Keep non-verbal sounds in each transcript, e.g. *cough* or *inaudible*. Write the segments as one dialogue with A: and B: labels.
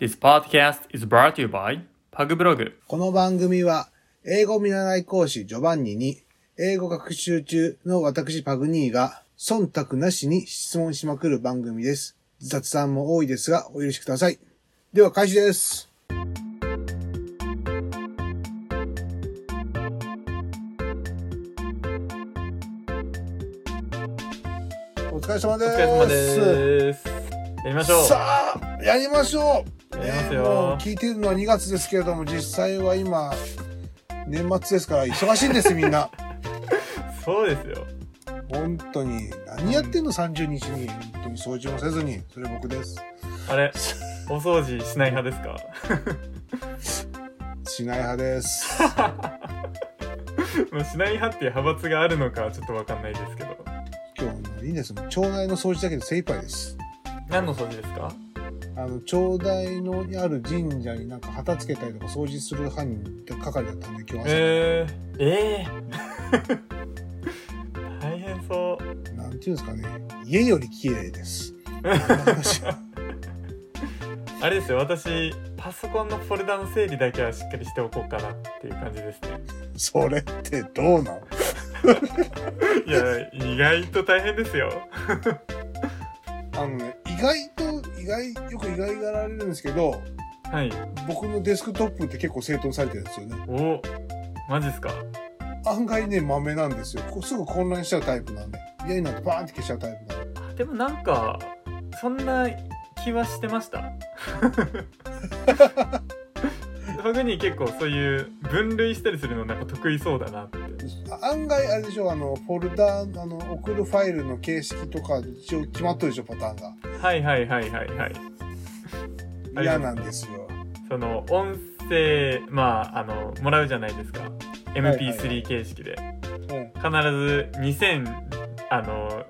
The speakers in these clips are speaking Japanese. A: This podcast is brought to you by パグブログ。
B: この番組は、英語見習い講師ジョバンニに、英語学習中の私パグニーが、忖度なしに質問しまくる番組です。雑談も多いですが、お許しください。では開始です。お疲れ様で
A: お
B: す。
A: 疲れ様です。やりましょう。
B: さあ、やりましょう
A: やります
B: ねもう
A: よ。
B: 聞いてるのは2月ですけれども実際は今年末ですから忙しいんですみん
A: *laughs*
B: な
A: そうですよ。
B: 本当に何やってんの30日に本当に掃除もせずにそれ僕です
A: あれ、お掃除しない派ですか *laughs*
B: しない派です
A: まあしない派っていう派閥があるのかちょっとわかんないですけど。
B: 今日のいいですね町内の掃除だけで精一杯です
A: 何の掃除ですか
B: あの町内のにある神社になんか旗つけたりとか掃除する班係だったんで今日は
A: えー、えー、 *laughs* 大変そう。
B: なんていうんですかね家より綺麗です
A: あれですよ、私、パソコンのフォルダの整理だけはしっかりしておこうかなっていう感じですね。
B: それってどうなの
A: いや、意外と大変ですよ。
B: あのね、意外と、意外、よく意外がられるんですけど、
A: はい。
B: 僕のデスクトップって結構整頓されてるんですよね。
A: おマジっすか
B: 案外ね、豆なんですよ。こうすぐ混乱しちゃうタイプなんで。嫌になってバーンって消しちゃうタイプなんで。
A: でもなんかそんな気はしてました特に結構そういう分類したりするのなんか得意そうだなって
B: あ案外、あれでしょ、あの、フォルダ、あの、送るファイルの形式とか、一応決まっとるでしょ、パターンが。
A: はいはいはいはいはいあります
B: 嫌なんですよ。
A: その音声まああのもらうじゃないですか
B: はいはい
A: MP3 形式で、
B: うん。
A: 必ず2000あの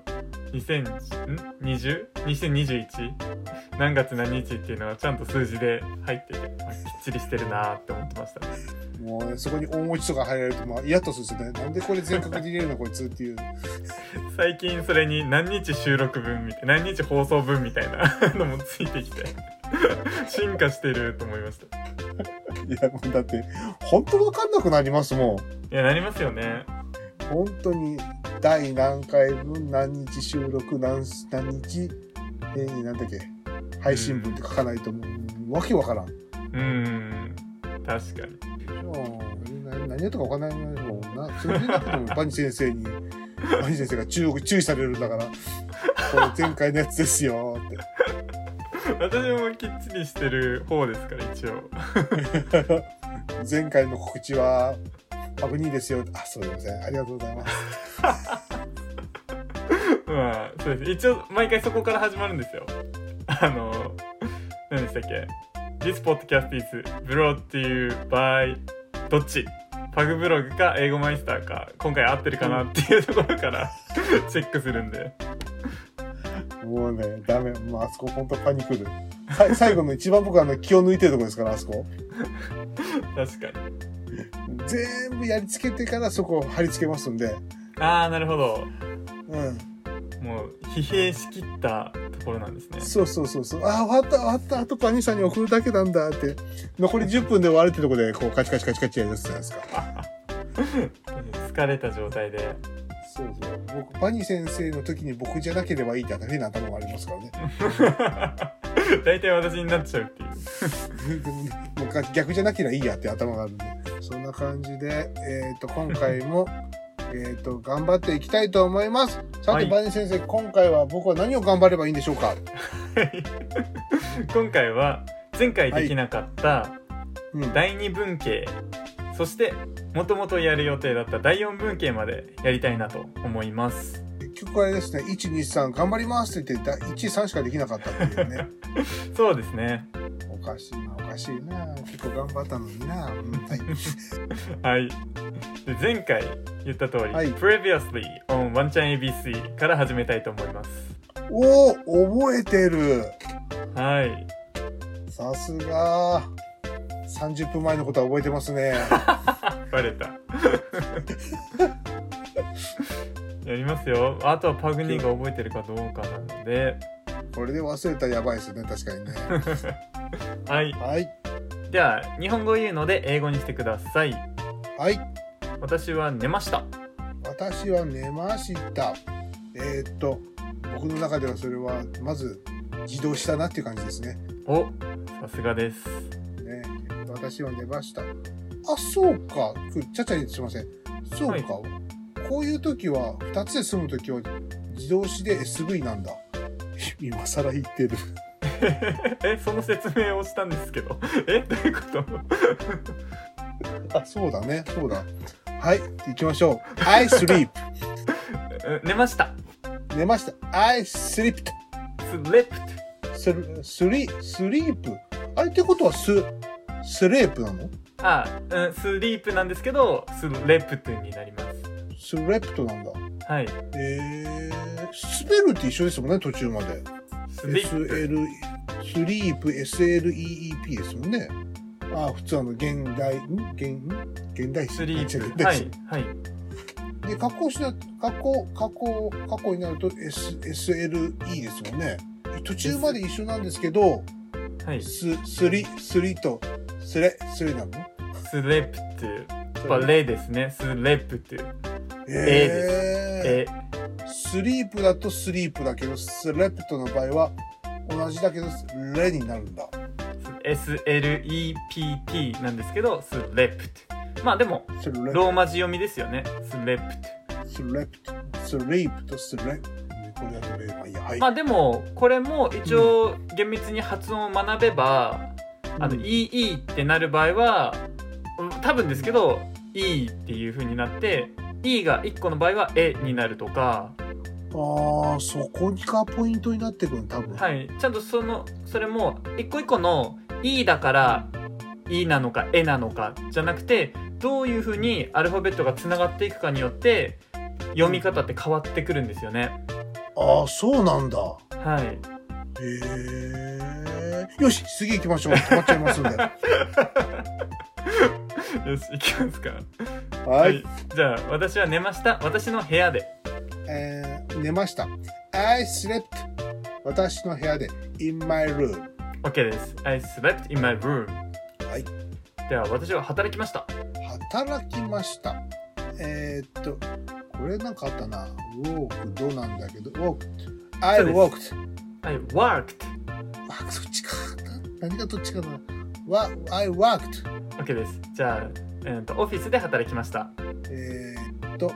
A: 2020?2021? 何月何日っていうのはちゃんと数字で入っててあきっちりしてるなーって思ってました
B: もうね、そこに大文字とか入られると、まあ、イラッとするんですよね。なんでこれ全角で入れるの、こいつっていう。
A: 最近それに何日収録分みたいな何日放送分みたいな *laughs* のもついてきて進化してると思いましたい
B: いや、もうだって、本当わかんなくなりますもん。
A: やなりますよね
B: 本当に第何回分何日収録何す何日、えー、なんだっけ配信分って書かないともうわけわからん。
A: うん確かに
B: もうな何やったかわかんないもん *laughs* な。それでなくてもバニ先生にバニ先生が中国注意されるんだから。これ前回のやつですよって。
A: 私もきっちりしてる方ですから一応 *laughs*
B: 前回の告知はパブニーですよって。あ、すみません。ありがとうございます。
A: まあそうです一応毎回そこから始まるんですよあの何でしたっけ This podcast is brought to you by どっちパグブログか英語マイスターか今回合ってるかなっていうところから *laughs* チェックするんで
B: もうね、ダメ。もうあそこ本当パニクる。さ最後の一番僕あの気を抜いてるとこですから、あそこ。
A: 確かに
B: 全部やりつけてからそこを貼り付けますんで、
A: ああなるほど
B: うん、
A: もう疲弊しきったところなんですね
B: そうそうそうそうああ終わった終わったあとパニーさんに送るだけなんだって残り10分で終わるってとこでこうカチカチカチカチやるやつじゃないですか
A: 疲れた状態で *laughs*
B: そうそう僕パニー先生の時に僕じゃなければいいって変な頭がありますからね *laughs*
A: 大体私になっちゃうっていう
B: でもねもうか逆じゃなければいいやって頭があるんでそんな感じで、えー、と今回も *laughs* えーと頑張っていきたいと思いますさ
A: は
B: て
A: い
B: パニー先生今回は僕は何を頑張ればいいんでしょうか
A: *laughs* 今回は前回できなかった
B: うん
A: 第2文系、そしてもともとやる予定だった第4文系までやりたいなと思います
B: 結局あれですね123頑張りますって言って13しかできなかったっていうね *laughs*
A: そうですね
B: おかしいなおかしいな結構頑張ったのにな、うんはい、
A: はいで前回言った通り、
B: はい
A: Previously on ワンチャン ABC から始めたいと思います
B: おお覚えてる
A: はい
B: さすが30分前のことは覚えてますね
A: バレた *laughs* やりますよあとはパグニーが覚えてるかどうかなので
B: これで忘れたらやばいですよね確かにね
A: はい。
B: はい。
A: では、日本語を言うので英語にしてください。
B: はい。
A: 私は寝ました。
B: 私は寝ました。えーっと、僕の中ではそれは、まず、自動したなっていう感じですね。
A: お、さすがです。 *laughs*
B: ね私は寝ました。あ、そうか。くちゃちゃにすいません。そうか。こういう時は、二つで済む時は、自動詞で SV なんだ。 *laughs* 今更言ってる。
A: え、その説明をしたんですけど。 *laughs* え、どういうこと *laughs*
B: あ、そうだね。そうだ。はい。行きましょう。I sleep.
A: え寝ました。
B: 寝ました。I slept.
A: slept。
B: スリ、スリ、スリープ。あれってことはス、スレープなの
A: あ、うん、スリープなんですけど、スレプトになります。
B: スレプトなんだ。
A: はい。
B: えー、スペルって一緒ですもんね、途中まで。
A: スリープ。
B: SL、スリープ、SLEEP ですもんね。ああ、普通あの、現代、ん現、ん現代
A: スリープ。
B: は
A: はい
B: い。。
A: はい。
B: で、加工した、加工、加工、加工になると S、SLE ですもんね。途中まで一緒なんですけど、
A: はい。ス
B: す、すり、すりと、すれ、すれなの
A: レプト。やっぱレですね。スレプト。
B: えー
A: え、
B: スリープだとスリープだけど、スレプトの場合は同じだけど、レになるんだ。
A: SLEPT なんですけど、スレプト。まあでも、
B: スレ
A: ローマ字読みですよね。スレプト。
B: スレプト、スリープとスレプト。これだけで、まあいいや、はい。
A: まあでも、これも一応厳密に発音を学べば、あの、
B: うん
A: EE ってなる場合は、うん多分ですけど、E っていう風になって、E が1個の場合は、えになるとか、
B: ああ、そこがポイントになってくるの、多分。
A: はい、ちゃんとそのそれも一個一個の「E」だから「E」なのか「え」なのかじゃなくてどういうふうにアルファベットがつながっていくかによって読み方って変わってくるんですよね。
B: ああ、そうなんだ。
A: はい、
B: へえ。よし、次行きましょう。止まっちゃい
A: *laughs*
B: ますんで。
A: よし行きますか。
B: はい。
A: じゃあ私は寝ました私の部屋で
B: えー、寝ました。I slept. 私の部屋で、in my room.
A: OK です I slept in my room
B: はい。
A: では私は働きました
B: 働きました。えーっと、これなんかあったな。walk どうなんだけど、walked。I
A: そうです
B: walked。
A: I worked
B: あ、そっちか。な何がどっちかな。わ I walked。
A: OK ですじゃあ、えー、とオフィスで働きました
B: えーっと、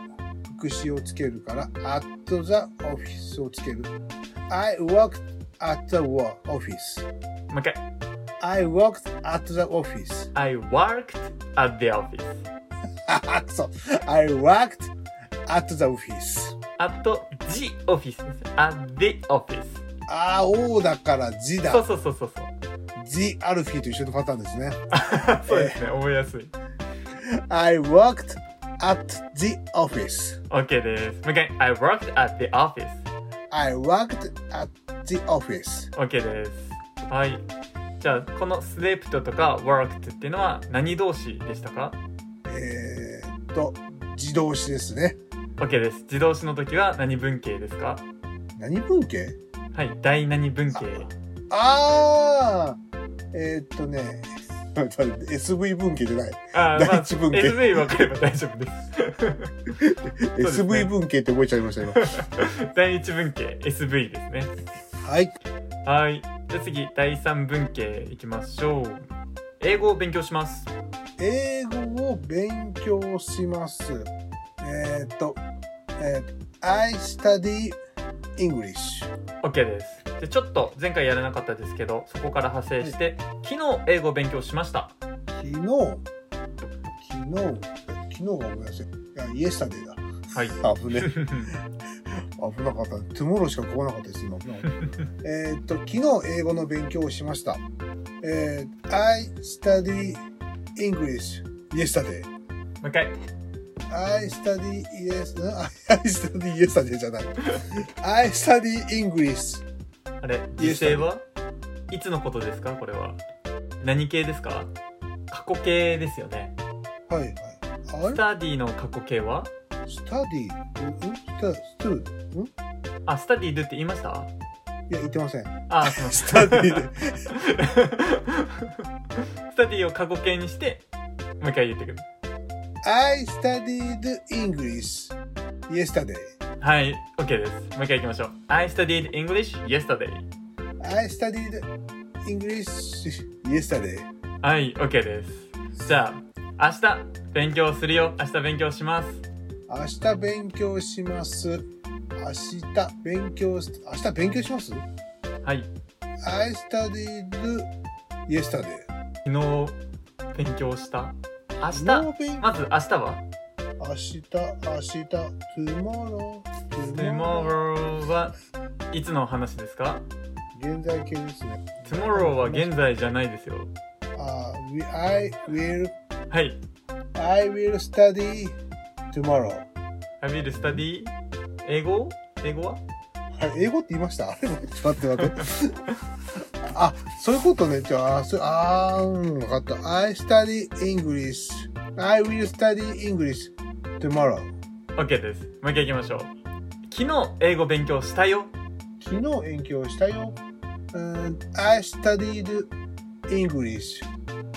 B: 副詞をつけるから、at the office をつける。I walked at the wa- office.I
A: もう一回
B: walked at the office.
A: I worked at the office
B: あ、くそ。I walked at the office.
A: あと G オフィスです。あ The Office。
B: あー、O だから字だ
A: そ。うそうそうそうそう。
B: The アルフィーと一緒のパターンですね。
A: *laughs* そうですね。覚えやすい。
B: I worked at the office.
A: OK です。もう一回 I worked at the office。
B: I worked at the office.
A: OK です。はい。じゃあこの slept とか worked っていうのは何動詞でしたか
B: えー、っと、自動詞ですね。
A: ?OK です。自動詞の時は何文形ですか
B: 何文系
A: はい。第何文形。
B: あーえー、っとね、 *laughs* 待って待って SV 文系じゃない。
A: あーま
B: 第
A: あ、
B: 一文系。
A: SV 分かれば大丈夫です。 *laughs* すね
B: SV 文系って覚えちゃいました、今。 *laughs*
A: 第一文形 SV ですね。
B: はい。
A: はい。じゃあ次、第3文系いきましょう。英語を勉強します。
B: 英語を勉強します。えー、っと、えーっと I study English.
A: OK です。で、ちょっと前回やらなかったですけど、そこから派生して、昨日英語を勉強しました。
B: 昨日、昨日、昨日が思い出せない。いや、イエスタデイだ。
A: はい。
B: 危 *laughs* ね。危なかった。トゥモローしか来なかった *laughs* です、今。危なかったえーっと、昨日英語の勉強をしました。えー、I study English yesterday.
A: もう一回。
B: I study yes, ん I *laughs* study yesterday じゃない。I study English.
A: あれ、時制はいつのことですかこれは。何系ですか過去形ですよね。
B: はいはい。あ
A: ス
B: れ
A: タディの過去形は
B: ?study? んん stu- stu- ん
A: あ、スタディドゥって言いました
B: いや、言ってません。
A: あーすいません
B: *laughs* スタデ
A: *laughs*
B: ィで。
A: スタディを過去形にしてもう一回言ってくる
B: I studied English yesterday.
A: はい OK ですもう一回行きましょう I studied English yesterday
B: I studied English yesterday.
A: はい OK ですじゃあ明日勉強するよ明日勉強します
B: 明日勉強します。明日勉強し、明日勉強します
A: はい
B: ?I studied yesterday.
A: 昨日勉強した明日
B: 昨日勉
A: まず明日は
B: 明日、明日、tomorrow, tomorrow.
A: Tomorrow はいつの話ですか
B: 現在形ですね。
A: Tomorrow は現在じゃないですよ
B: あ、we I will,
A: はい
B: I will study tomorrow.
A: I will study 英語英語は
B: あれ、英語って言いましたあれ待って待って。 *laughs* あ、そういうことね。じゃあ、そあー、うん、わかった。I study English. I will study English tomorrow.
A: OK ですもう一回行きましょう昨日英語勉強したよ
B: 昨日勉強したよ。うん、I studied English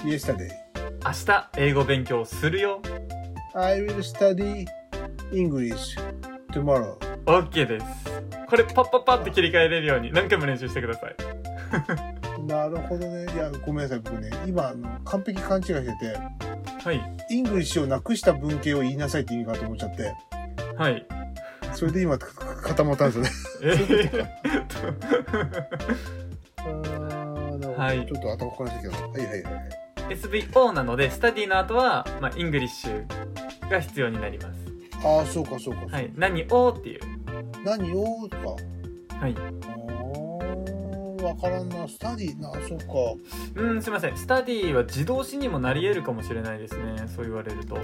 B: yesterday.
A: 明日英語勉強するよ
B: I will study English tomorrow.
A: OK ですこれパッパッパって切り替えれるように何回も練習してください
B: なるほどね。いや、ごめんなさい。僕ね、今、あの完璧勘違いしてて、
A: はい
B: イングリッシュをなくした文型を言いなさいって意味かと思っちゃって、
A: はい
B: それで今、か固まったんですよね。
A: *laughs* えーっとは
B: はいちょっと頭こかないですけど。はいはいはいはい。
A: SVO なのでスタディの後は、まあ、イングリッシュが必要になります
B: ああ、そうかそうか。そうか
A: はい何をっていう
B: 何をとか。
A: はい
B: あーわからんな。スタディな、そうか。
A: うんすいませんスタディは自動詞にもなり得るかもしれないですねそう言われると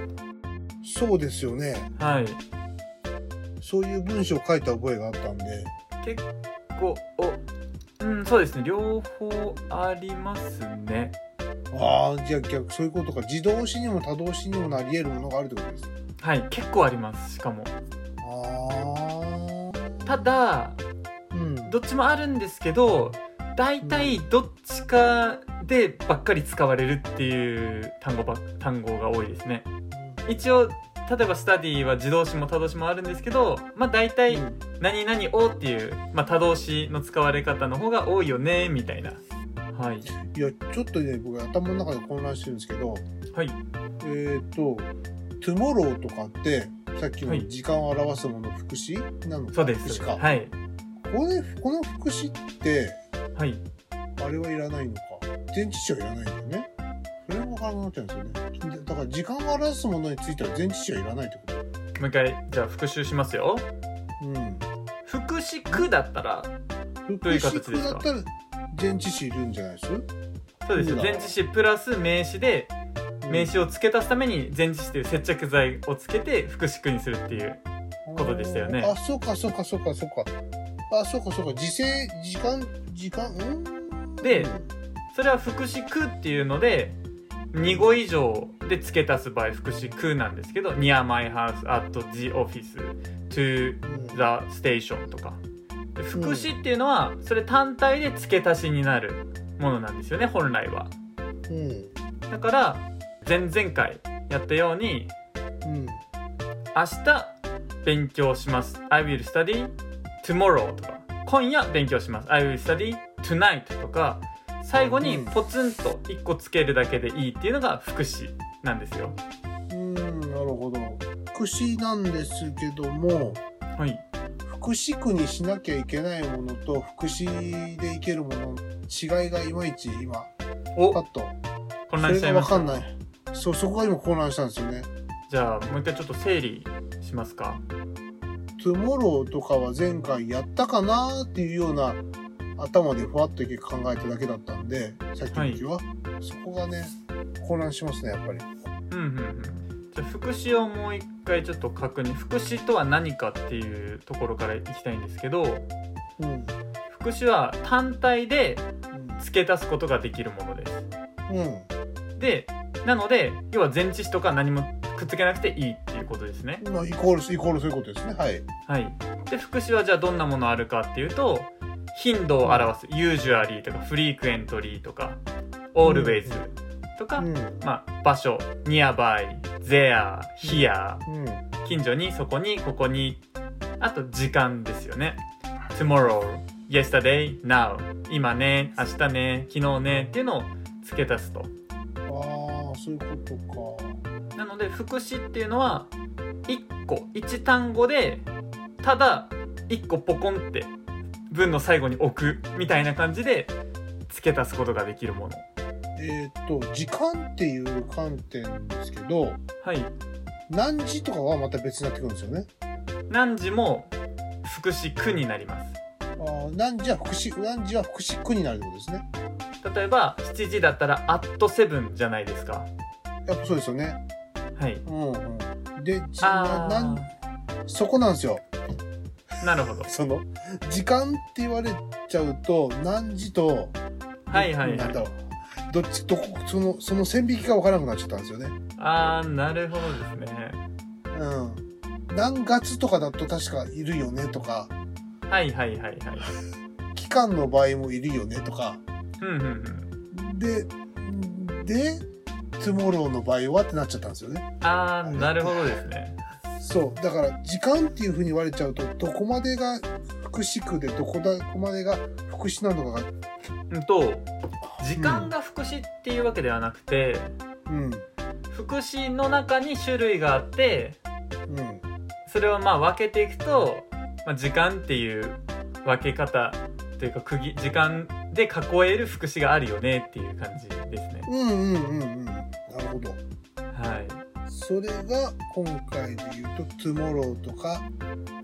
B: そうですよね。
A: はい
B: そういう文章を書いた覚えがあったんで。
A: 結構おうんそうですね両方ありますね
B: ああ、じゃあ逆、そういうことか。自動詞にも多動詞にもなり得るものがあるってことです。
A: はい結構ありますしかも
B: あ
A: ただ
B: あ。うん。
A: どっちもあるんですけど大体どっちかでばっかり使われるっていう単語ば単語が多いですね一応例えばスタディは自動詞も他動詞もあるんですけどまあ大体
B: うん
A: 何々をっていう、まあ、他動詞の使われ方の方が多いよねみたいなはい
B: いや、ちょっとね、僕頭の中で混乱してるんですけど、
A: は
B: え
A: い
B: っ、ー、と、tomorrow とかって、さっき
A: は
B: の
A: い
B: 時間を表すもの副詞なのか
A: そうです
B: 副詞
A: そう
B: か。
A: ですはい
B: これ、この副詞って、
A: はい
B: あれはいらないのか。前置詞はいらないんだよね。それがわからなくなっちゃうんですよね。でだから時間を表すものについては前置詞はいらないってこと
A: もう一回じゃあ復習しますよ
B: うん。
A: 副詞句だったらどうい
B: 副詞
A: う形です
B: だ
A: か
B: ったら前置詞いるんじゃないです
A: そうです
B: そ
A: よ
B: うだ
A: 前置詞プラス名詞で名詞を付け足すために前置詞という接着剤をつけて副詞句にするっていうことでしたよね
B: あ、そうか、そうか、そうか、そうか。あ、そうか、そうか。時制、時間、時間、うん。
A: でそれは副詞句っていうので2語以上で付け足す場合副詞句なんですけど near my house at the office to
B: うん、
A: the station とかで副詞っていうのはそれ単体で付け足しになるものなんですよね本来は
B: うん。
A: だから前々回やったように
B: うん。
A: 明日勉強します I will study tomorrow とか今夜勉強します I will study tonight とか最後に
B: うん
A: ポツンと1個つけるだけでいいっていうのが副詞なんですよ
B: うん、なるほど。副詞なんですけども、
A: はい
B: 副詞句にしなきゃいけないものと副詞でいけるものの違いがいまいち今、パ
A: お
B: ッと。
A: 混
B: そ
A: 乱
B: れ
A: しち
B: が
A: ゃい
B: わ
A: まし
B: か
A: た
B: んない。そう、そこが今混乱したんですよね。
A: じゃあもう一回ちょっと整理しますか
B: tomorrow とかは前回やったかなっていうような頭でふわっと考えただけだったんで、さっきの時は。そこがね、混乱しますね、やっぱり。
A: うんうんうんじゃあ副詞をもう一回ちょっと確認副詞とは何かっていうところからいきたいんですけど
B: うん。うん
A: 副詞は単体で付け足すことができるものです
B: うん。
A: でなので要は前置詞とか何もくっつけなくていいっていうことですね
B: まあ、イコール、イコールそういうことですね。はい。
A: はいで副詞はじゃあどんなものあるかっていうと頻度を表す usually とか frequently とか always とか、
B: うん。
A: まあ、場所 nearby there here
B: うん。
A: 近所にそこにここにあと時間ですよね tomorrow yesterday now 今ね明日ね昨日ねっていうのを付け足すと
B: ああ、そういうことか。
A: なので副詞っていうのは1個1単語でただ1個ポコンって文の最後に置くみたいな感じで付け足すことができるもの
B: えっ、と、時間っていう観点ですけど、
A: はい
B: 何時とかはまた別になってくるんですよね。
A: 何時も副詞句になります
B: ああ、何時は副詞、何時は副詞句になるってことですね。
A: 例えば7時だったら「アットセブン」じゃないですか
B: やっぱそうですよね。
A: はい
B: うんうん。で、じな
A: あ
B: なんそこなんですよ。
A: ーなるほど
B: その、時間って言われちゃうと、何時と、
A: はいはい
B: なんだ
A: は
B: ろ
A: い
B: う。どっち、どこ、その、その線引きが分からなくなっちゃったんですよね。
A: ああなるほどですね
B: うん。何月とかだと確かいるよねとか、
A: はいはいはいはい
B: 期間の場合もいるよねとか、
A: うんうんうん
B: で、で、トゥモローの場合はってなっちゃったんですよね。
A: ああなるほどですね
B: そう。だから、時間っていう風に言われちゃうと、どこまでが副詞句で、どこだ、どこまでが副詞なのかが、
A: うんと時間が副詞っていうわけではなくて、
B: うん、
A: 副詞の中に種類があって
B: うん、
A: それをまあ分けていくと、まあ、時間っていう分け方というか区切時間で囲える副詞があるよねっていう感じですね。
B: うん、うん、うん、うん。なるほど。
A: はい、
B: それが今回で言うと、トゥモローとか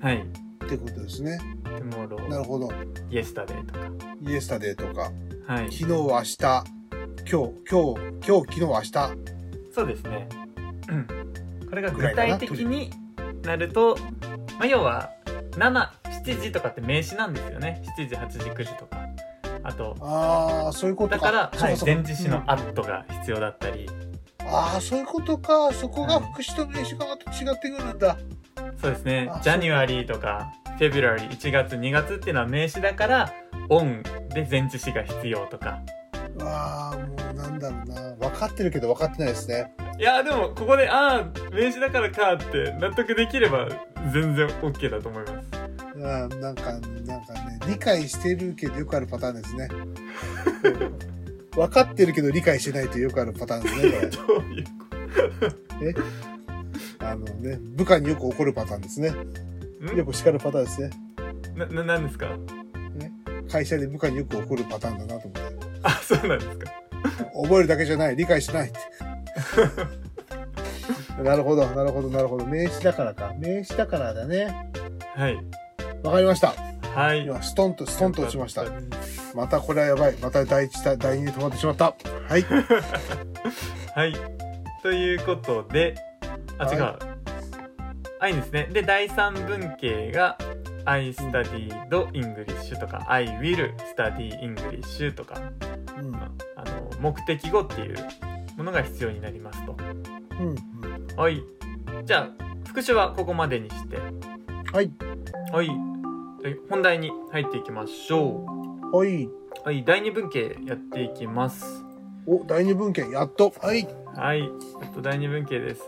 A: はい、
B: ってことですね。
A: tomorrow
B: なるほど。
A: yesterday とか、
B: イエスタデーとか、
A: は
B: 昨
A: い、
B: 日、明日、今日、今日、今日、昨日、明日。
A: そうですね。うんこれが具
B: ぐらいかな
A: 体的になると、まあ、要は7、7時とかって名詞なんですよね。7時、8時、9時とか。あと、
B: ああ、そういうこと
A: だ
B: か。
A: から、
B: そう
A: は
B: か
A: い
B: そうか
A: 前置詞の「アット」が必要だったり、
B: ああ、そういうことか。そこが
A: はい
B: 副詞と名詞がまた違ってくるんだ。
A: そうですね
B: あ
A: 「ジャニュアリー」とか「フェブラリー」1月2月っていうのは名詞だから「オン」で前置詞が必要とか
B: ああ、もうなんだろうな。分かってるけど分かってないですね。
A: いやーでもここで「ああ名詞だからか」って納得できれば全然 OK だと思います
B: うん、なんか、なんかね、理解してるけどよくあるパターンです
A: *laughs*
B: ね。分かってるけど理解してないというよくあるパターンですね。これ
A: どういう
B: あのね、部下によく怒るパターンですね。
A: こ
B: よく叱るパターンですね。
A: んなななんですか
B: 会社で部下によく怒るパターンだなと思って。
A: あそうなんですか
B: 覚えるだけじゃない、理解し
A: *laughs*
B: ないって。なるほど、なるほど、なるほど。名詞だからか。名詞だからだね。
A: はい
B: わかりました。
A: はい
B: 今、ストンと、ストンと落ちました
A: よ。かったです
B: またこれはやばい。また第一弾、第二で止まってしまった。はい。
A: はいということであ
B: はい
A: 違う愛ですねで第三文型が「I studied English」とか「I will study English」とか
B: うん。
A: まああの目的語っていうものが必要になりますと
B: うん。
A: はいじゃあ復習はここまでにして
B: はい。
A: はいで本題に入っていきましょ
B: おい。
A: うはい第二文型やっていきます
B: お、第二文献、やっと。はい。
A: はい、えっと第二文型です。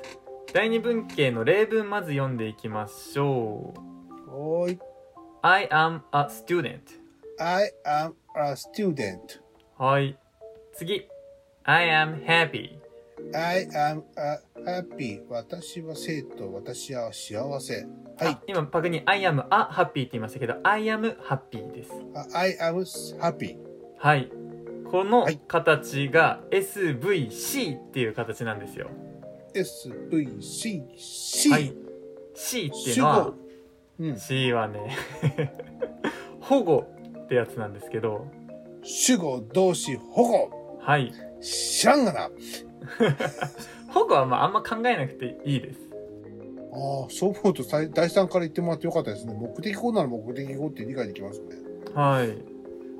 A: 第二文型の例文まず読んでいきましょう。
B: おい。
A: I am a student.
B: I am a student.
A: はい。次。I am happy.
B: I am a happy. 私は生徒。私は幸せ。はい
A: あ。今パクに I am a happy って言いましたけど、I am happy です。
B: あ I am happy.
A: はい。この
B: はい
A: 形が SVC っていう形なんですよ。
B: SVCC。
A: はい。C っていう
B: 主
A: のは
B: 語。、うん、
A: C はね、 *laughs* 保護ってやつなんですけど、
B: 主語、動詞、保護。
A: はい。
B: 知らんがな。ああ、
A: 保護はまああんま考えなくていいです。
B: そう思うと第第三から言ってもらってよかったですね。目的語なら目的語って理解できますね。
A: はい。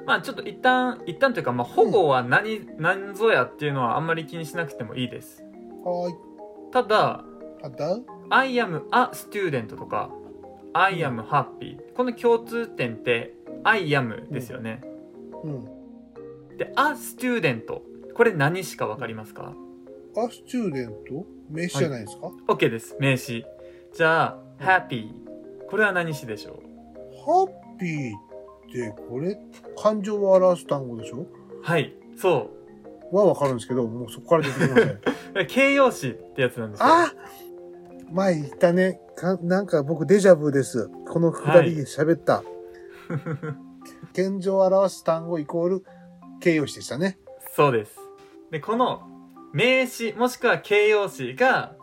A: まあちょっと一旦一旦というかまあ保護は何、何ぞやっていうのはあんまり気にしなくてもいいです。
B: はーい。
A: ただ
B: あだ
A: I am a student とか I am happy、この共通点って I am ですよね。
B: うん。
A: で、a student。これ何しかわかりますか
B: あ、スチューデント名詞じゃないですか、
A: ?OK です。名詞。じゃあ、happy。これは何詞でしょ
B: ハッピーって、これ、感情を表す単語でしょ
A: うはい。そ
B: はわかるんですけど、もうそこから出てきません。
A: う。形容詞ってやつなんですよ。
B: あ前言ったねか。なんか僕デジャブです。このくだり喋った。現状を表す単語イコール形容詞でしたね。
A: そうです。で、この名詞もしくは形容詞が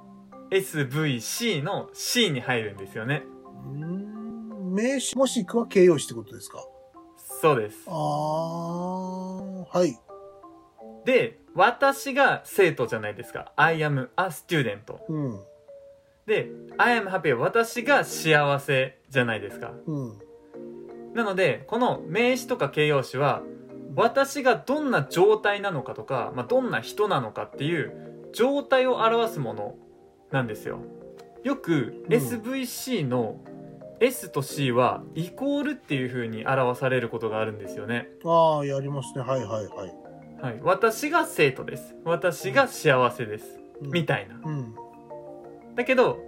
A: SVC の C に入るんですよね。
B: うーん名詞もしくは形容詞ってことですか
A: そうです
B: あ。ー、はい。
A: で、私が生徒じゃないですか。I am a student.
B: うん、
A: で、I am happy は私が幸せじゃないですか。
B: うん。
A: なので、この名詞とか形容詞は、私がどんな状態なのかとか、まあ、どんな人なのかっていう状態を表すものなんですよ。よく
B: うん
A: SVC の S と C はイコールっていう風に表されることがあるんですよね。
B: あー、やりますね。はいはいはい。
A: はい。私が生徒です。私が幸せです。
B: うん
A: みたいな。
B: うん。
A: だけど、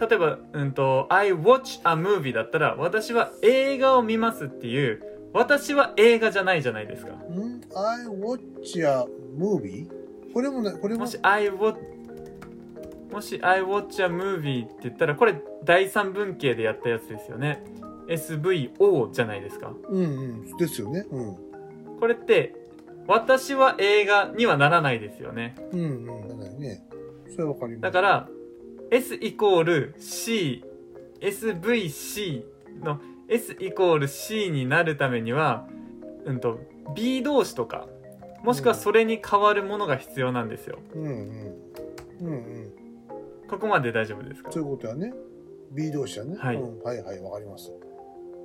A: 例えば、うんと、I watch a movie だったら、私は映画を見ますっていう、私は映画じゃないじゃないですか。
B: ん ?I watch a movie? これもね、これも
A: もし I watch もし I watch a movie って言ったらこれ第三文系でやったやつですよね SVO じゃないですか
B: うんうん。ですよね。うん。
A: これって私は映画にはならないですよね
B: うんうん。だからね。それはわかります。
A: だか、ら S イコール CSVC の S イコール C になるためにはうんと B 動詞とかもしくはそれに変わるものが必要なんですよ
B: うんうん。うんうん。
A: ここまで大丈夫ですか
B: そういうことやね。B 同士だね。
A: はい
B: うんはいはい、わかります。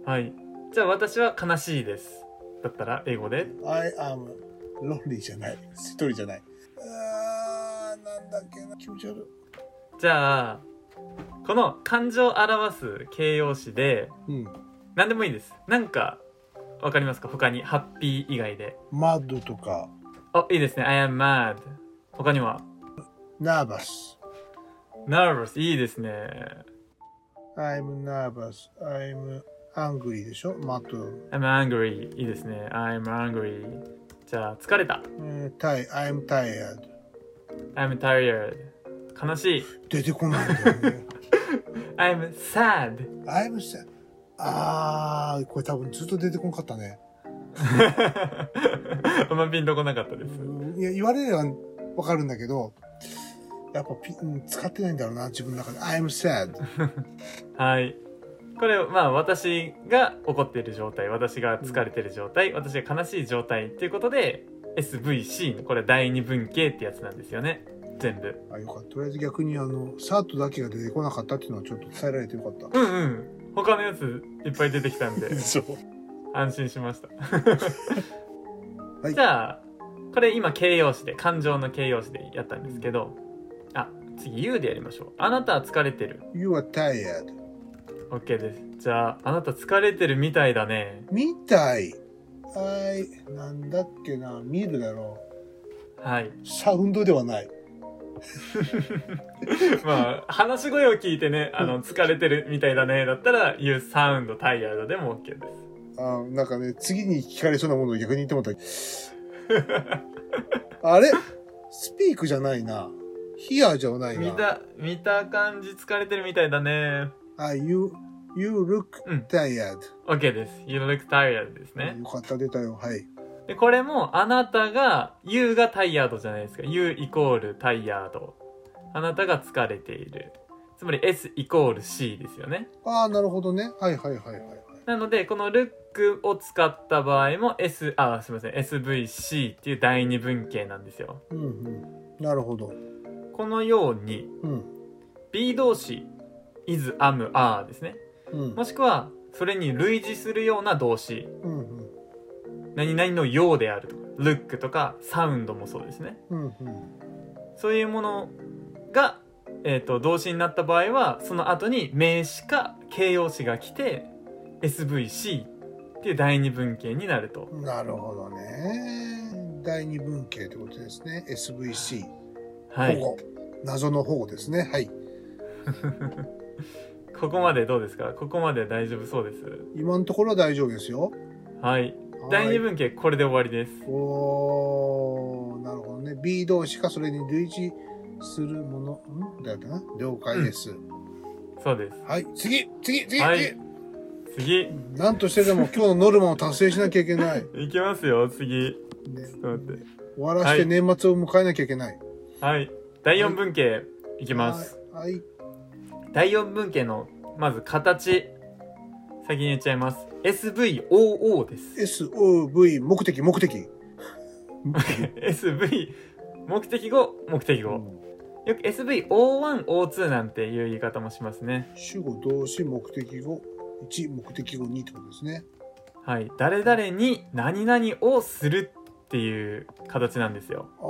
A: はい。じゃあ私は悲しいです。だったら英語で。
B: I am lonely じゃない。一人じゃない。あー、なんだっけな。気持ち悪
A: じゃあ、この感情を表す形容詞で、
B: い。うん。
A: 何でもいいです。なんか、わかりますか他に、ハッピー以外で。
B: mad とか、
A: あ、いいですね。I am mad. 他には、
B: nervous。
A: nervous. いいですね。
B: I'm nervous. I'm angry でしょ ?mad。
A: I'm angry. いいですね。I'm angry. じゃあ、疲れた。
B: うん、ti- I'm tired.
A: I'm tired. 悲しい。
B: 出てこないんだよね。
A: I'm sad. *laughs*
B: I'm sad. あー、これ多分ずっと出てこなかったね。
A: あんまピンとこなかったです。
B: うんいや、言われればわかるんだけど、やっぱピ、うん、使ってないんだろうな、自分の中で。I'm sad.
A: はい。これ、まあ、私が怒っている状態、私が疲れている状態、私が悲しい状態っていうことで、SVC の、これ第二文系ってやつなんですよね。全部。
B: あ、よかった。とりあえず逆にあの、サートだけが出てこなかったっていうのはちょっと伝えられてよかった。
A: うんうん。他のやついっぱい出てきた *laughs* んで、
B: そう。
A: 安心しました。
B: はい
A: じゃあ、これ今形容詞で、感情の形容詞でやったんですけど、あ、次 U でやりましょう。あなたは疲れてる。
B: You are tired.
A: OK です。じゃあ、あなた疲れてるみたいだね。
B: みたい。I、なんだっけな、見るだろ
A: はい。
B: う。サウンドではない。
A: まあ、話し声を聞いてね、あの、疲れてるみたいだね、だったら、You sound tired でも OK です。
B: あなんかね、次に聞かれそうなものを逆に言ってもらった。 *laughs* あれスピークじゃないな。ヒアじゃない
A: 見
B: な。
A: た、見た感じ疲れてるみたいだね。
B: あ、You, you look
A: うん
B: tired.
A: OK です。You look tired ですね。
B: よかった、出たよ。はい。
A: で、これも、あなたが、You が tired じゃないですか。You イコール tired。あなたが疲れている。つまり S イコール C ですよね。
B: ああ、なるほどね。はいはいはいはいはい。
A: なので、この look を使った場合も S、あ、すいません。SVC っていう第二文型なんですよ。
B: うんうん。なるほど。
A: このように、
B: うん。
A: B 動詞 is, am, are ですね。
B: うん。
A: もしくは、それに類似するような動詞。
B: うんうん。
A: 何々のようであるとか、look とか、サウンドもそうですね。
B: うんうん。
A: そういうものが、えっ、と、動詞になった場合は、その後に名詞か形容詞が来て、SVC っていう第二文系になると。
B: なるほどね。第二文系ってことですね。SVC。
A: はい。
B: 保護。謎の保護ですね。はい。
A: ここまでどうですかここまで大丈夫そうです。
B: 今のところは大丈夫ですよ。
A: はい。第二文系、これで終わりです。
B: はいおー、なるほどね。B 同士かそれに類似するもの。んだよな。了解です。
A: そうです。
B: はい。次次次次、
A: はい次、
B: なんとしてでも今日のノルマを達成しなきゃいけない。
A: いきますよ、次。
B: ね
A: ちょっと待って。
B: 終わらせて年末を迎えなきゃいけない。
A: はい。第4文系いきます。
B: はい。はい。
A: 第4文系の、まず形。先に言っちゃいます。SVOO
B: *laughs*
A: です。
B: SOV、目的、目的。
A: SV、目的語、目的語。よく SV01、O2 なんていう言い方もしますね。
B: 主語、動詞、目的語、1、目的語、2ってことですね。
A: はい。誰々に何々をするっていう形なんですよ。
B: あ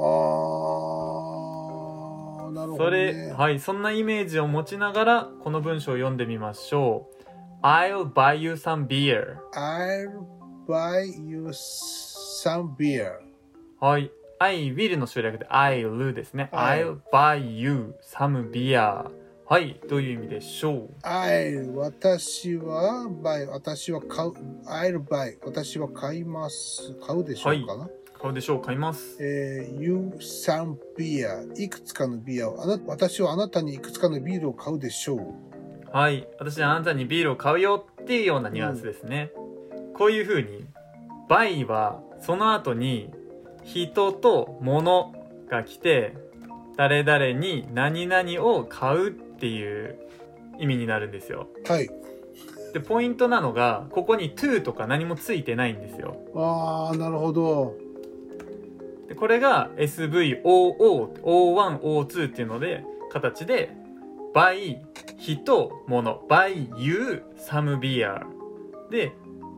B: ー、なるほ
A: そ
B: ど、
A: れ、
B: ね。
A: はい、そんなイメージを持ちながら、この文章を読んでみましょう。I'll buy you some beer.
B: I'll buy you some beer.
A: はい。I will の省略で I'll ですね。
B: はい
A: I'll buy you some beer. はい。どういう意味でしょう
B: I'll 私は buy 私は買う I'll buy 私は買います買うでしょうかな、
A: 買うでしょう買います。
B: えー、You some beer いくつかのビアをあな私はあなたにいくつかのビールを買うでしょう
A: はい。私はあなたにビールを買うよっていうようなニュアンスですね。こういう風に、buy はその後に人と物が来て、誰々に何々を買うっていう意味になるんですよ。
B: はい
A: で、ポイントなのが、ここに to とか何もついてないんですよ。
B: ああなるほど
A: でこれが SVOO01O2 っていうので形で by 人物 by you some beer で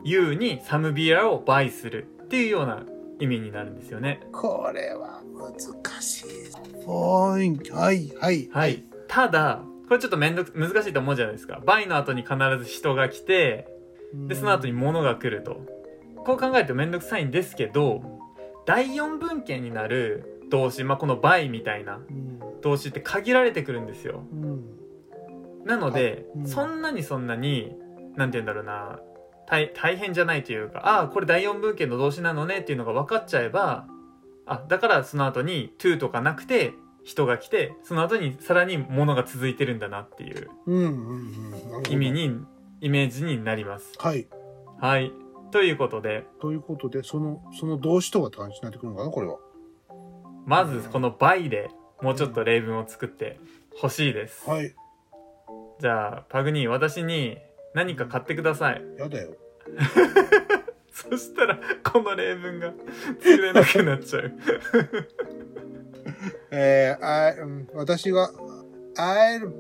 A: you に some beer を buy するっていうような意味になるんですよね
B: これは難しいポイントはいはい
A: はいただこれちょっとめんどく難しいと思うじゃないですか by の後に必ず人が来てでその後に物が来るとこう考えるとめんどくさいんですけど第4文献になる動詞、まあ、この by みたいな
B: うん
A: 動詞って限られてくるんですよ
B: うん
A: なので、
B: あうん
A: そんなにそんなになんて言うんだろうな大大変じゃないというかああこれ第4文献の動詞なのねっていうのが分かっちゃえばあだからその後に「to」とかなくて人が来てその後にさらに物が続いてるんだなっていう
B: うんうんうんなるほど
A: 意味にイメージになります。
B: はい
A: はいということで
B: ということでそのその動詞とはって感じになってくるのかなこれは
A: まずこの「by」でもうちょっと例文を作ってほしいです。
B: はい
A: じゃあパグニー私に何か買ってください。
B: やだよ
A: そしたら、この例文が作れなくなっちゃう。
B: えー、I- うん私は I'll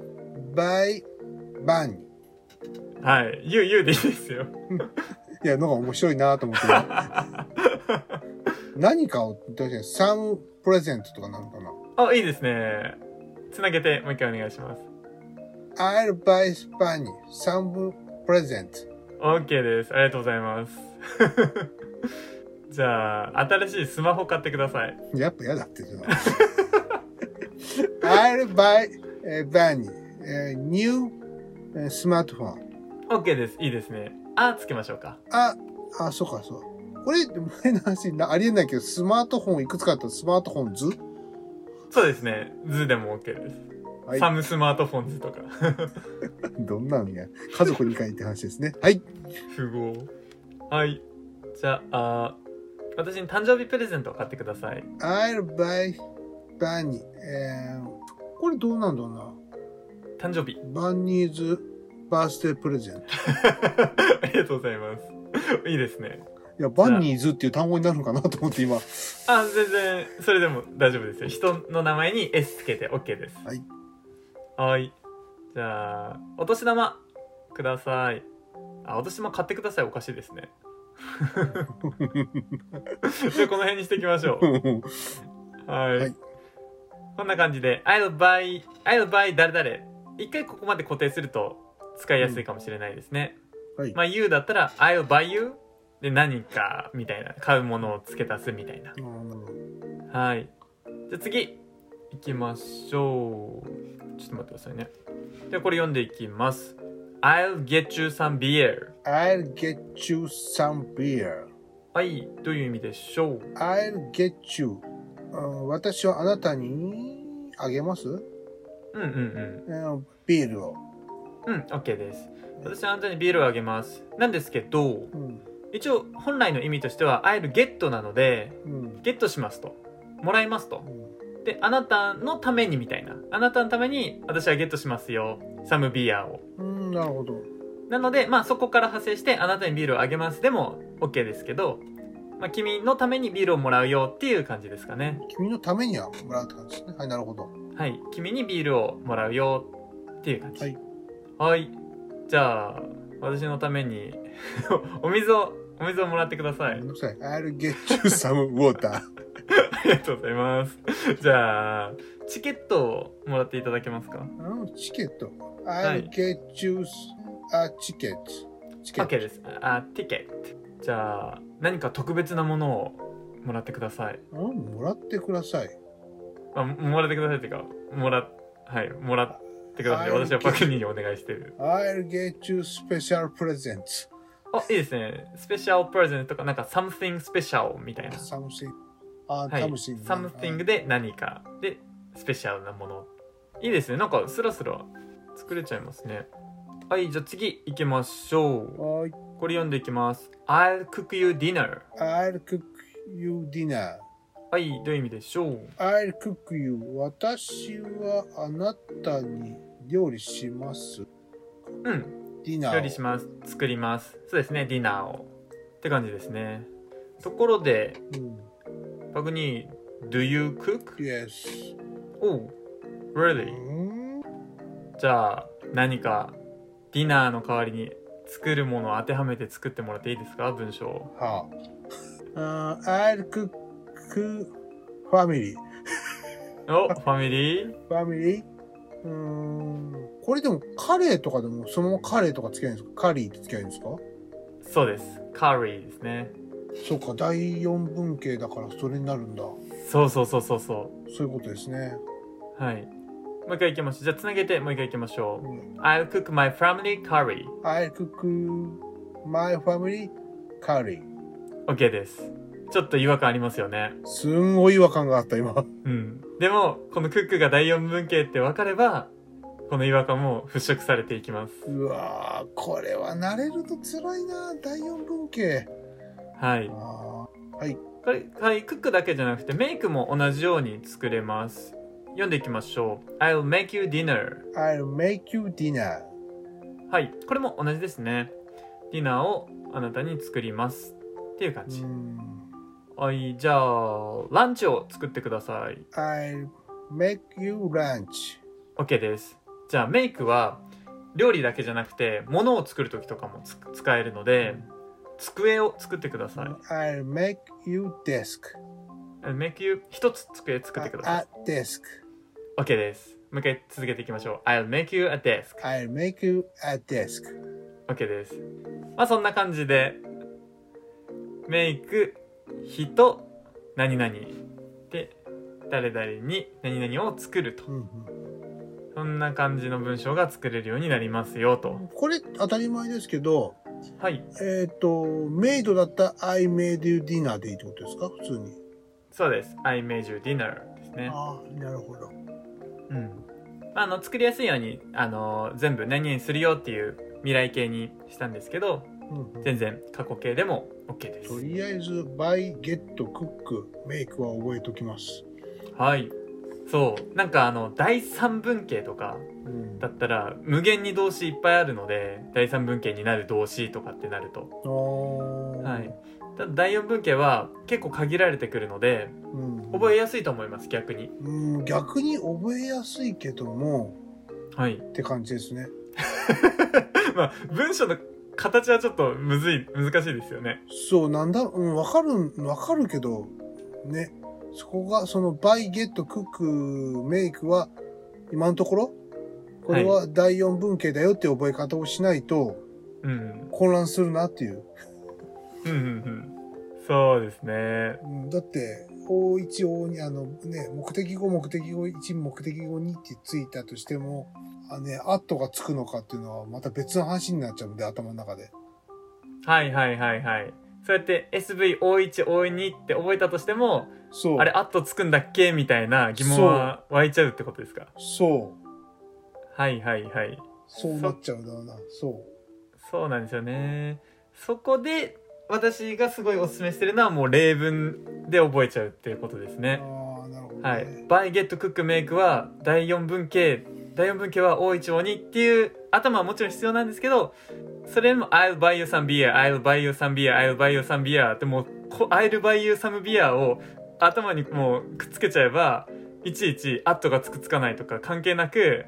B: buy bunny
A: はい。言う、言うでいいですよ。
B: いやのが面白いなと思って何かを確かにサムプレゼントとかなのかな
A: あ、いいですね。つなげて、もう一回お願いします。
B: I'll buy bunny some present
A: OK です。ありがとうございます。じゃあ、新しいスマホ買ってください。
B: やっぱ嫌だってその I'll buy a bunny a new uh, smartphone
A: OK です。いいですね。あ、つけましょうか。
B: あ、あ、そうか、そう。これ、前の話な、ありえないけど、スマートフォンいくつかあったらスマートフォン図
A: そうですね。図でも OK です。
B: はい
A: サムスマートフォン図とか。
B: *laughs* どんなのや。家族に書いて話ですね。 *laughs* はい。
A: 符号。はい。じゃあ、あー私に誕生日プレゼントを買ってください。
B: I'll buy bunny. えー、これどうなんだろうな。
A: 誕生日。
B: バニーズバースデープレゼント。
A: ありがとうございます。いいですね。
B: いや、バニーズっていう単語になるのかなと思って今。 *laughs*
A: あ、全然、それでも大丈夫ですよ。人の名前に S つけて OK です。
B: はい。
A: はーい。じゃあ、お年玉ください。あ、お年玉買ってください。おかしいですね。 *laughs* じゃあ、この辺にしていきましょう。はい。
B: はい
A: こんな感じで、I'll buy, I'll buy 誰々。一回ここまで固定すると使いやすいかもしれないですね。
B: うんはい
A: まあ、You だったら、I'll buy you で、何か、みたいな。買うものを付け足すみたいな。
B: あーなるほど
A: はい。じゃあ次、行きましょう。ちょっと待ってくださいね。じゃあこれ読んでいきます。I'll get you some beer.
B: I'll get you some beer.
A: はい、どういう意味でしょう
B: I'll get you. うん私はあなたにあげます、
A: うんうんうん。
B: うんビールを。
A: うん、OK です。私はあなたにビールをあげます。なんですけど、
B: うん
A: 一応本来の意味としては I'll get なので、
B: うん
A: ゲットしますと。もらいますと
B: う。ん
A: で、あなたのためにみたいな。あなたのために私はゲットしますよ。サムビアを。
B: うん、なるほど。
A: なので、まあそこから派生して、あなたにビールをあげますでも OK ですけど、まあ君のためにビールをもらうよっていう感じですかね。
B: 君のためにはもらうって感じですね。はい、なるほど。
A: はい。君にビールをもらうよっていう感じ。
B: はい。
A: はい。じゃあ、私のために、 *laughs* お水を、お水をもらってくださ
B: め
A: い
B: ん。どくさい。I'll get you some water.
A: ありがとうございます。じゃあ、チケットをもらっていただけますか
B: うんチケット。
A: い
B: I'll get you a ticket. チケ
A: ?OK
B: ッ
A: です。あ、ティケット。じゃあ、何か特別なものをもらってください。
B: ト。うん、もらってください。
A: あ、もらってくださいっていうか、もら、はい、もらってください。
B: はい
A: 私はパクニーにお願いしてる。
B: I'll get you special presents.
A: あ、いいですね。スペシャルプレゼントとか、なんか something special みたいな。
B: Something. あ、
A: はい。
B: something.
A: something で何か。で、スペシャルなもの。いいですね。なんかスラスラ作れちゃいますね。はい、じゃあ次行きましょう。
B: はい。
A: これ読んでいきます。I'll cook you dinner.
B: I'll cook you dinner.
A: はい、どういう意味でしょう
B: I'll cook you. 私はあなたに料理します。
A: うん、
B: dinner.
A: 料理します。作ります。そうですね、ディナーを。って感じですね。ところで、
B: す。うん、
A: パグニー、Do you cook?
B: yes.
A: Oh,
B: う
A: really?
B: ん
A: じゃあ、何か、ディナーの代わりに作るものを当てはめて作ってもらっていいですか文章を。
B: はあ。うん I'll cook family. *laughs*
A: お、ファミリー
B: family. うーん。これでもカレーとかでもそのままカレーとかつけないんですかカリーってつけないんですか
A: そうです。カリーですね。
B: そうか、第四文系だからそれになるんだ。
A: そうそうそうそうそ
B: そういうことですね。
A: う。はい。もう一回行きましょう。じゃあ、つなげてもう一回行きましょう
B: う。ん
A: I'll cook my family curry.
B: I'll cook my family curry.
A: OK です。ちょっと違和感ありますよね。
B: すんごい違和感があった、今。
A: うん。でも、このクックが第4文系って分かれば、この違和感も払拭されていきます。
B: うわーこれは慣れると辛いな第四文系。
A: はい。
B: あ
A: これ、はい、クックだけじゃなくて、メイクも同じように作れます。読んでいきましょう。I'll make you dinner.
B: ー I'll make you dinner.
A: はい。これも同じですね。ディナーをあなたに作ります。っていう感
B: う
A: じ。
B: ん
A: はい。じゃあ、ランチを作ってください。
B: I'll make you lunch.
A: OK です。じゃあメイクは料理だけじゃなくて物を作る時とかもつ使えるので机を作ってください。
B: I'll make you desk.
A: メイク一つ机作ってくださ
B: A desk.
A: い。OK です。もう一回続けていきましょう。I'll make you a desk.
B: I'll make you a desk.
A: OK です。まあそんな感じでメイク人何々で誰々に何々を作ると
B: うん
A: そんな感じの文章が作れるようになりますよと
B: うん、これ当たり前ですけど、
A: はい
B: えっ、と、メイドだったら I made you dinner でいいってことですか普通に。
A: そうです I made you dinner ですね
B: ああ、なるほど。
A: うんまあ、あの作りやすいようにあの全部何々するよっていう未来形にしたんですけど
B: うんうん
A: 全然過去形でも OK で
B: と
A: す
B: りあえず、buy, get, cook, make は覚えときます。
A: はいそうなんかあの第三文形とか
B: うん
A: だったら無限に動詞いっぱいあるので第三文形になる動詞とかってなると
B: あー
A: はいただ第四文形は結構限られてくるので
B: うん、
A: 覚えやすいと思います逆に
B: うん、逆に覚えやすいけども、
A: はい
B: って感じですね。
A: *laughs* まあ文章の形はちょっとむずい難しいですよね
B: そう、なんだろう、うん、わかる、わかるけど、ね。そこが、その、バイ、ゲット、クック、メイクは、今のところ、これは第四文系だよって覚え方をしないと、
A: うん
B: 混乱するなっていう。
A: うんうんうん。そうですね。
B: うんだって、O1、O2、あのね、目的語、目的語1、目的語2ってついたとしても、あね、アットがつくのかっていうのはまた別の話になっちゃうんで、頭の中で。
A: はいはいはいはい。そうやって SV01、O2 って覚えたとしても、
B: そう。
A: あれ、あっとつくんだっけみたいな疑問は湧いちゃうってことですか。
B: そう。
A: はいはいはい。
B: そうなっちゃうだろうな。そ
A: そうなんですよね。そこで、私がすごいおすすめしてるのはもう例文で覚えちゃうっていうことです
B: う。
A: ね。
B: ああ、なるほど、ね。
A: はい。buy, get, cook, make は第4文型、第4文型は O1、O2 っていう頭はもちろん必要なんですけど、それよりも I'll buy you some beer, I'll buy you some beer, I'll buy you some beer ってもうこ I'll buy you some beer を頭にもうくっつけちゃえば、いちいち at がつくつかないとか関係なく、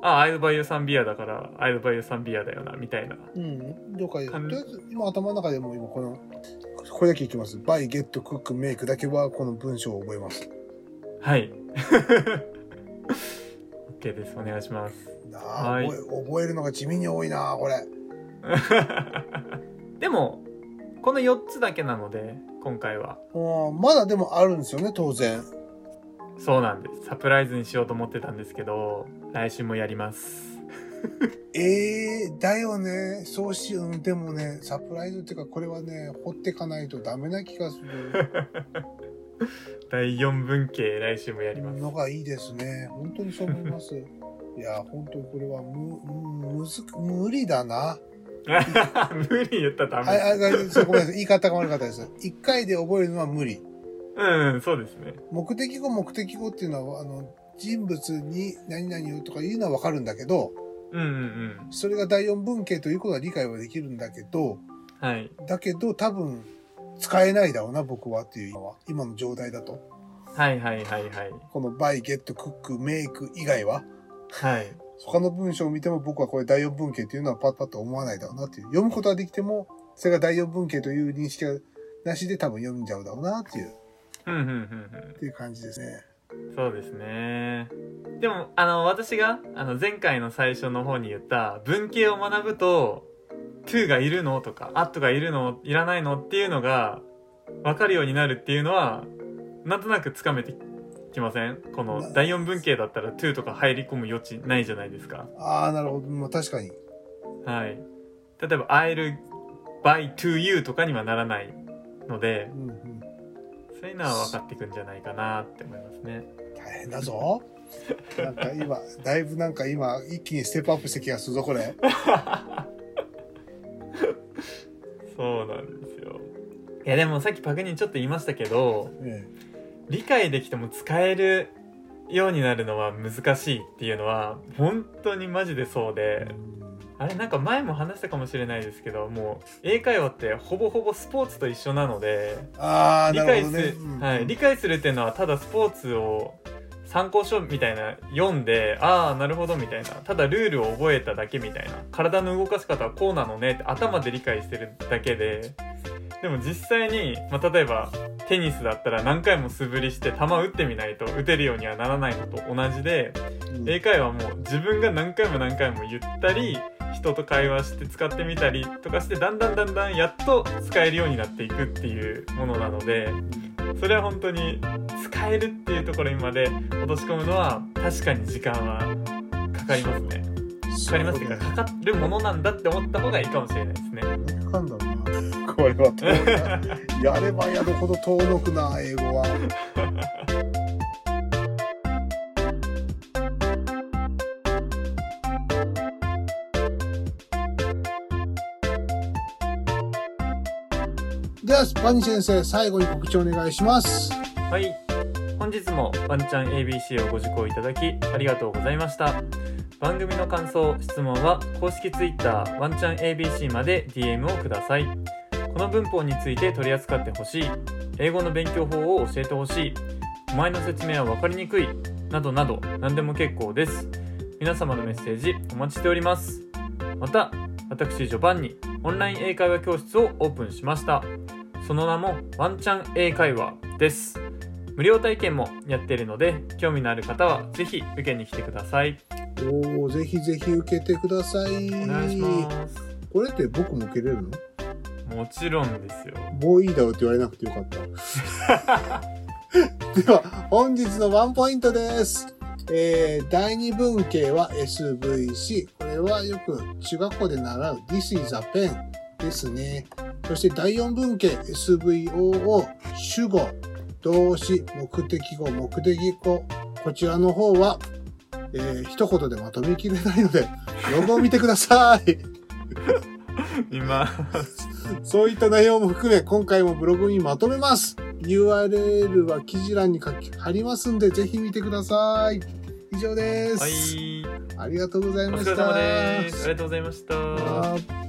A: あ、I'll buy you some beer だから、I'll buy you some beer だよな、みたいな。
B: うん、了解です。と
A: かん
B: りあえず、今頭の中でもう今この、これだけいきます。バイ、ゲット、クック、メイクだけはこの文章を覚えます。
A: はい。OK です。お願いします。
B: なあ、
A: はい
B: 覚え覚えるのが地味に多いなあ、これ。
A: でも、この4つだけなので、今回は。
B: うん、まだでもあるんですよね、当然。
A: そうなんです。サプライズにしようと思ってたんですけど、来週もやります。
B: ええだよね。そうしようん。でもね、サプライズっていうか、これはね、掘ってかないとダメな気がす
A: *laughs*
B: る
A: 第4文系、来週もやります。 *laughs*
B: のがいいですね。本当にそう思います。いや、本当にこれはむ、む、むずく、無理だな。
A: 無理言ったらダ
B: あ、あ、
A: メ。
B: あそうごめんなさい。言い方が悪かったです。一回で覚えるのは無理。
A: うん、そうですね。
B: 目的語、目的語っていうのは、あの、人物に何々をとかいうのはわかるんだけど、
A: うんうんうん。
B: それが第四文系ということは理解はできるんだけど、
A: はい。
B: だけど多分使えないだろうな、僕はっていう今は、今の状態だと。
A: はいはいはいはい。
B: この buy, get, cook, make 以外は、
A: はい。
B: 他の文章を見ても僕はこれ第4文系というのはパッパッと思わないだろうなっていう。読むことはできても、それが第4文系という認識がなしで多分読んじゃうだろうなっていう、
A: うんうんうんうん
B: っ。ていう感じですね。
A: そうですね。でも、あの、私が、あの、前回の最初の方に言った、文系を学ぶと、to がいるのとか、at がいるのいらないのっていうのが、わかるようになるっていうのは、なんとなくつかめてきませんこの、第4文系だったら to とか入り込む余地ないじゃないですか。
B: ああ、なるほど。まあ確かに。
A: はい。例えば、I'll buy to you とかにはならないので
B: う、んうん。
A: そういうのは分かってくんじゃないかなって思いますね。
B: 大変だぞ。なんか今、だいぶなんか今、一気にステップアップした気がするぞ、これ。
A: そうなんですよ。いやでもさっきパクニンちょっと言いましたけど、
B: ええ
A: 理解できても使えるようになるのは難しいっていうのは、本当にマジでそうで、あれなんか前も話したかもしれないですけど、もう英会話ってほぼほぼスポーツと一緒なので、
B: ああ、
A: 理
B: なる
A: 解
B: ほ
A: す
B: ど
A: る、
B: ね。うん
A: はい、理解するっていうのはただスポーツを参考書みたいな読んでああなるほどみたいなただルールを覚えただけみたいな体の動かし方はこうなのねって頭で理解してるだけででも実際に、まあ、例えばテニスだったら何回も素振りして球打ってみないと打てるようにはならないのと同じで
B: うん
A: 英会話も自分が何回も何回も言ったり人と会話して使ってみたりとかしてだんだんだんだんやっと使えるようになっていくっていうものなのでそれは本当に使えるっていうところにまで落とし込むのは確かに時間はかかりますねかかりますっていうかかかるものなんだって思った方がいいかもしれないですね
B: かかんだろうな。これは遠いな。やればやるほど遠のくな、英語は。では、スパニー先生、最後に告知お願いします。
A: はい。本日もワンチャン ABC をご受講いただきありがとうございました。番組の感想、質問は公式 Twitter ワンチャン ABC まで DM をください。この文法について取り扱ってほしい、英語の勉強法を教えてほしい、お前の説明は分かりにくい、などなど何でも結構です。皆様のメッセージお待ちしております。また、私ジョバンニ、オンライン英会話教室をオープンしました。その名もワンチャン英会話です。無料体験もやっているので興味のある方はぜひ受けに来てください
B: おお、ぜひぜひ受けてください。
A: お願いします
B: これって僕も受けれるの
A: もちろんですよ。
B: もういいだろうって言われなくてよかった。 *laughs* では、本日のワンポイントです。えー、第二文系は SVC。これはよく中学校で習う This is a pen ですね。そして第四文系 SVOO、主語、動詞、目的語、目的語。こちらの方は、えー、一言でまとめきれないので、ロゴを見てください。
A: 今、
B: そういった内容も含め、今回もブログにまとめます。URL は記事欄に書き貼りますんで、ぜひ見てください。以上です。
A: はい。
B: ありがとうござい
A: お
B: まし
A: 疲
B: た。
A: れ様です。ありがとうございました。
B: あー